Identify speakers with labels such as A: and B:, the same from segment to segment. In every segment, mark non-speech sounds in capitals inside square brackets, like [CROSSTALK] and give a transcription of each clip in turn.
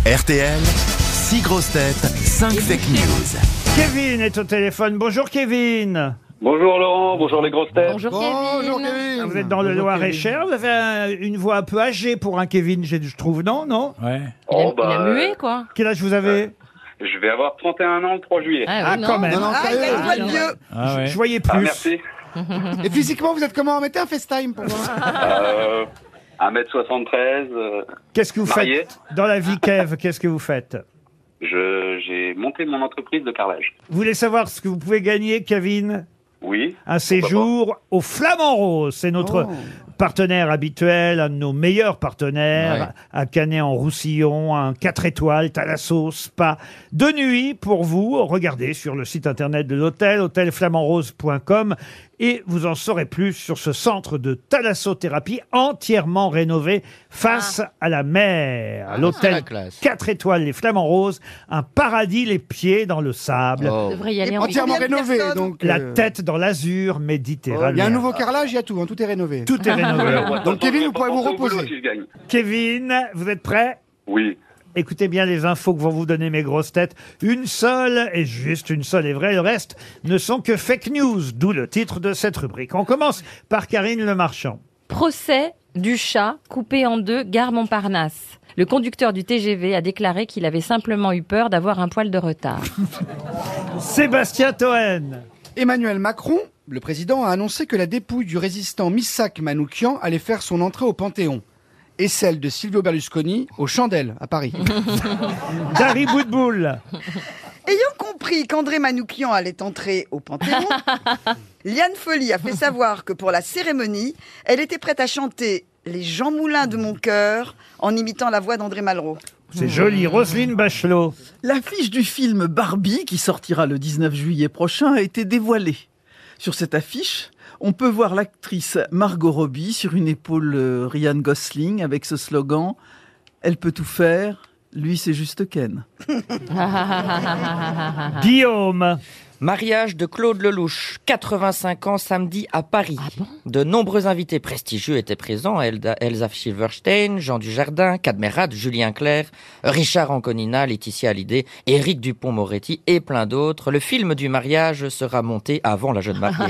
A: RTL, 6 grosses têtes, 5 fake news.
B: Kevin est au téléphone. Bonjour Kevin.
C: Bonjour Laurent, bonjour les grosses têtes.
D: Bonjour, Kevin.
B: Ah, Vous êtes dans le Loir-et-Cher. Vous avez un- une voix un peu âgée pour un Kevin, j'ai- je trouve, non Non
D: Il a,
C: Oh
D: il a
C: bah,
D: mué, quoi.
B: Quel âge vous avez
C: je vais avoir 31 ans le 3 juillet.
B: Euh, Ah,
D: oui,
B: quand
D: non.
B: même.
E: Ah, il a une voix de
D: Ah,
E: vieux.
F: Ah ouais.
B: Je voyais plus.
C: Ah merci.
E: Et physiquement, vous êtes comment Mettez un FaceTime pour moi.
C: Euh, 1m73, euh,
B: Qu'est-ce que vous
C: Marié.
B: faites dans la vie, Kev Qu'est-ce que vous faites
C: je- j'ai monté mon entreprise de carrelage.
B: Vous voulez savoir ce que vous pouvez gagner, Kevin
C: Oui.
B: un séjour au Flamand Rose. C'est notre
E: Oh.
B: partenaire habituel, un de nos meilleurs partenaires, à Canet-en-Roussillon, un 4 étoiles, Thalasso, Spa. De nuit pour vous, regardez sur le site internet de l'hôtel, hôtelflamandrose.com, et vous en saurez plus sur ce centre de thalassothérapie entièrement rénové face à la mer.
E: Ah,
B: L'hôtel 4 étoiles, les Flamands Roses, un paradis les pieds dans le sable.
E: Oh.
D: On devrait y aller en
E: Entièrement
D: week-end.
E: rénové.
D: Personne.
E: Donc,
B: La
E: euh, oh,
B: tête dans l'azur
E: Il y a
B: méditerranéen.
E: un nouveau carrelage, il y a tout. hein, tout est rénové.
B: Tout est
F: [LAUGHS]
B: rénové.
C: Ouais,
E: Donc,
C: attends,
E: Kevin,
C: je vais
E: vous
C: pas
E: pouvez vous
C: penser au
E: reposer.
C: boulot si je gagne.
B: Kevin, vous êtes prêts
C: Oui.
B: Écoutez bien les infos que vont vous donner mes grosses têtes. Une seule, et juste une seule est vraie, le reste ne sont que fake news, d'où le titre de cette rubrique. On commence par Karine Le Marchand.
D: Procès du chat coupé en deux, gare Montparnasse. Le conducteur du TGV a déclaré qu'il avait simplement eu peur d'avoir un poil de retard.
B: Sébastien Toen.
E: Emmanuel Macron, le président, a annoncé que la dépouille du résistant Missak Manoukian allait faire son entrée au Panthéon. Et celle de Silvio Berlusconi aux Chandelles, à Paris.
B: Dari Boudboul.
G: Ayant compris qu'André Manoukian allait entrer au
B: [LAUGHS]
G: Panthéon, Liane Folly a fait savoir que pour la cérémonie, elle était prête à chanter Les Jean Moulins de mon cœur en imitant la voix d'André Malraux.
B: C'est joli. Roselyne Bachelot.
H: L'affiche du film Barbie, qui sortira le 19 juillet prochain, a été dévoilée. Sur cette affiche, on peut voir l'actrice Margot Robbie sur une épaule euh, Ryan Gosling avec ce slogan Elle peut tout faire, lui c'est juste Ken.
B: Guillaume.
I: Mariage de Claude Lelouch, 85 ans samedi à Paris. de nombreux invités prestigieux étaient présents, Elda- Elsa Silverstein, Jean Dujardin, Cadmerat, Julien Clerc, Richard Anconina, Laetitia Hallyday, Éric Dupont-Moretti et plein d'autres. Le film du mariage sera monté avant la jeune mariée.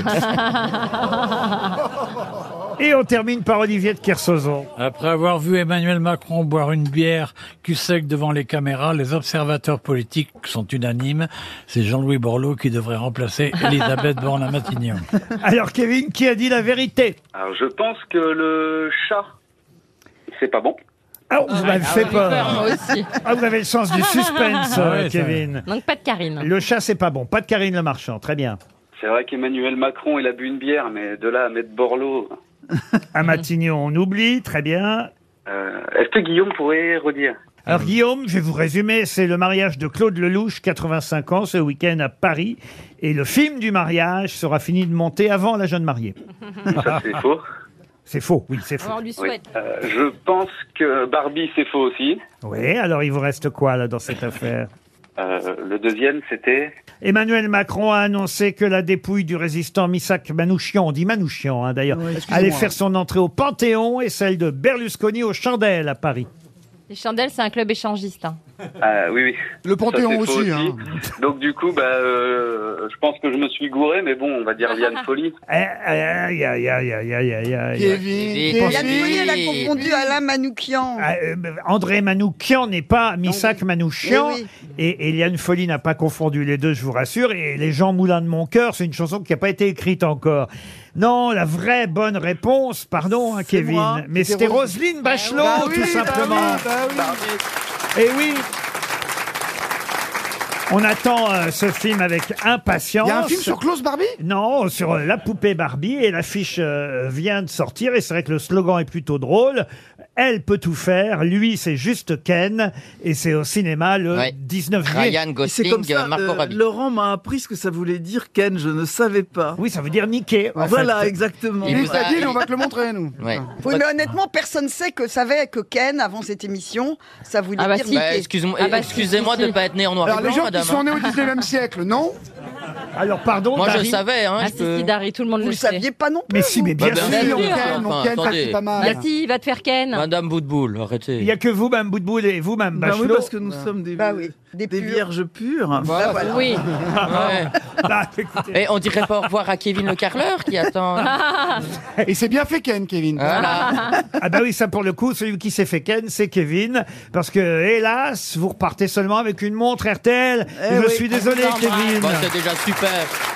B: Et on termine par Olivier de Kersauzon.
F: Après avoir vu Emmanuel Macron boire une bière cul sec devant les caméras, les observateurs politiques sont unanimes. C'est Jean-Louis Borloo qui devrait remplacer Elisabeth Borne à Matignon.
B: Alors Kevin, qui a dit la vérité
C: Alors, je pense que le chat, c'est pas bon.
B: Ah, vous m'avez fait peur.
D: Moi aussi.
B: Ah, vous avez le sens du suspense, euh,
F: Ah ouais, ça-
B: Kevin.
D: [LAUGHS] Donc pas de Karine.
B: Le chat, c'est pas bon. Pas de Karine Le Marchand. Très bien.
C: C'est vrai qu'Emmanuel Macron, il a bu une bière, mais de là à mettre Borloo.
B: À Matignon, on oublie. Très bien.
C: Euh, Est-ce que Guillaume pourrait redire
B: Alors Guillaume, je vais vous résumer, c'est le mariage de Claude Lelouch, 85 ans, ce week-end à Paris. Et le film du mariage sera fini de monter avant la jeune mariée.
C: Ça, c'est faux.
B: C'est faux, oui, c'est faux.
D: On lui
C: Oui.
D: souhaite.
C: Euh, je pense que Barbie, c'est faux aussi.
B: Oui, alors il vous reste quoi là dans cette affaire
C: Euh, le deuxième, c'était.
B: Emmanuel Macron a annoncé que la dépouille du résistant Missak Manouchian, on dit Manouchian hein, d'ailleurs,
E: excusez-moi.
B: allait faire son entrée au Panthéon et celle de Berlusconi aux Chandelles à Paris.
D: Les chandelles, c'est un club échangiste. hein.
C: Ah oui, oui.
E: Le
C: Ça,
E: Panthéon
C: c'est faux
E: aussi. hein.
C: Donc du coup, bah, euh, je pense que je me suis gouré, mais bon, on va
E: [LAUGHS]
C: dire Liane Folie.
B: Aïe, aïe, aïe, aïe, aïe, aïe, aïe, aïe.
E: Kevin,
I: Et-
G: Liane
E: Kevin.
G: Folly, elle a confondu Alain Manoukian.
B: Ah, euh, André Manoukian n'est pas Missak Manoukian.
G: Eh oui.
B: Et Eliane Folly n'a pas confondu les deux, je vous rassure. Et Les gens moulins de mon cœur, c'est une chanson qui n'a pas été écrite encore. Non, la vraie bonne réponse, pardon, hein, Kevin,
H: moi.
B: mais c'était Roselyne Bachelot,
E: Bah oui,
B: tout
E: bah
B: simplement.
E: oui, bah oui.
B: Et oui. On attend euh, ce film avec impatience.
E: Il y a un film sur Klaus Barbie
B: Non, sur euh, la poupée Barbie et l'affiche euh, vient de sortir et c'est vrai que le slogan est plutôt drôle. Elle peut tout faire, lui c'est juste Ken et c'est au cinéma le
I: Ouais.
B: 19 juillet.
I: Ryan
H: Et c'est
I: Gosling,
H: comme ça,
I: Marco
H: euh,
I: Robbie.
H: Laurent m'a appris ce que ça voulait dire Ken, je ne savais pas.
B: Oui, ça veut dire niquer. en
H: voilà,
B: fait.
H: exactement.
I: Il
E: Il
I: vous
E: t'a
I: a-
E: dit, mais on va te le montrer, nous.
I: Ouais.
G: Oui, mais honnêtement, personne ne sait que savait que Ken, avant cette émission, ça voulait
D: Ah bah
G: dire
D: si.
G: qu'il
I: Bah,
G: est-
I: excuse-moi
D: Ah bah,
I: excusez-moi
D: si,
I: de
D: si.
I: pas être né en noir
E: Alors,
I: et
E: les
I: blanc,
E: gens
I: madame.
E: qui sont nés au 19e siècle, non
B: Alors, pardon,
I: Moi, je
B: Dari.
I: savais, hein.
D: Ah,
I: je
D: si,
I: peux-
D: si, Dari, tout le monde
G: Vous
D: le
G: le
D: sait.
G: saviez pas non plus.
B: Mais si, mais bien
I: Bah,
B: sûr.
I: bien
E: Oui,
I: sûr.
E: on ken, on
I: Enfin,
E: ken, ça
I: attendez.
E: c'est pas mal.
D: Bah si, il va te faire Ken.
I: Madame Boutboul,
B: Il n'y
I: arrêtez.
B: a que vous, Mme Boutboul, et vous, Mme
H: Bah oui,
B: Bachelot.
H: parce que nous sommes des,
G: Bah oui, des
H: des
G: purs.
H: vierges pures.
G: Bah
B: Ah,
G: voilà.
D: Oui.
I: Ouais.
B: Bah, écoutez,
I: Et Eh, on dirait pas au revoir à Kevin le carleur qui attend.
E: Et c'est bien fait Ken, Kevin.
I: Voilà.
B: ah bah oui, ça pour le coup, celui qui s'est fait ken, c'est Kevin. Parce que, hélas, vous repartez seulement avec une montre RTL.
H: Eh
B: Je
H: oui.
B: suis désolé, Kevin.
I: Bah, c'est déjà super.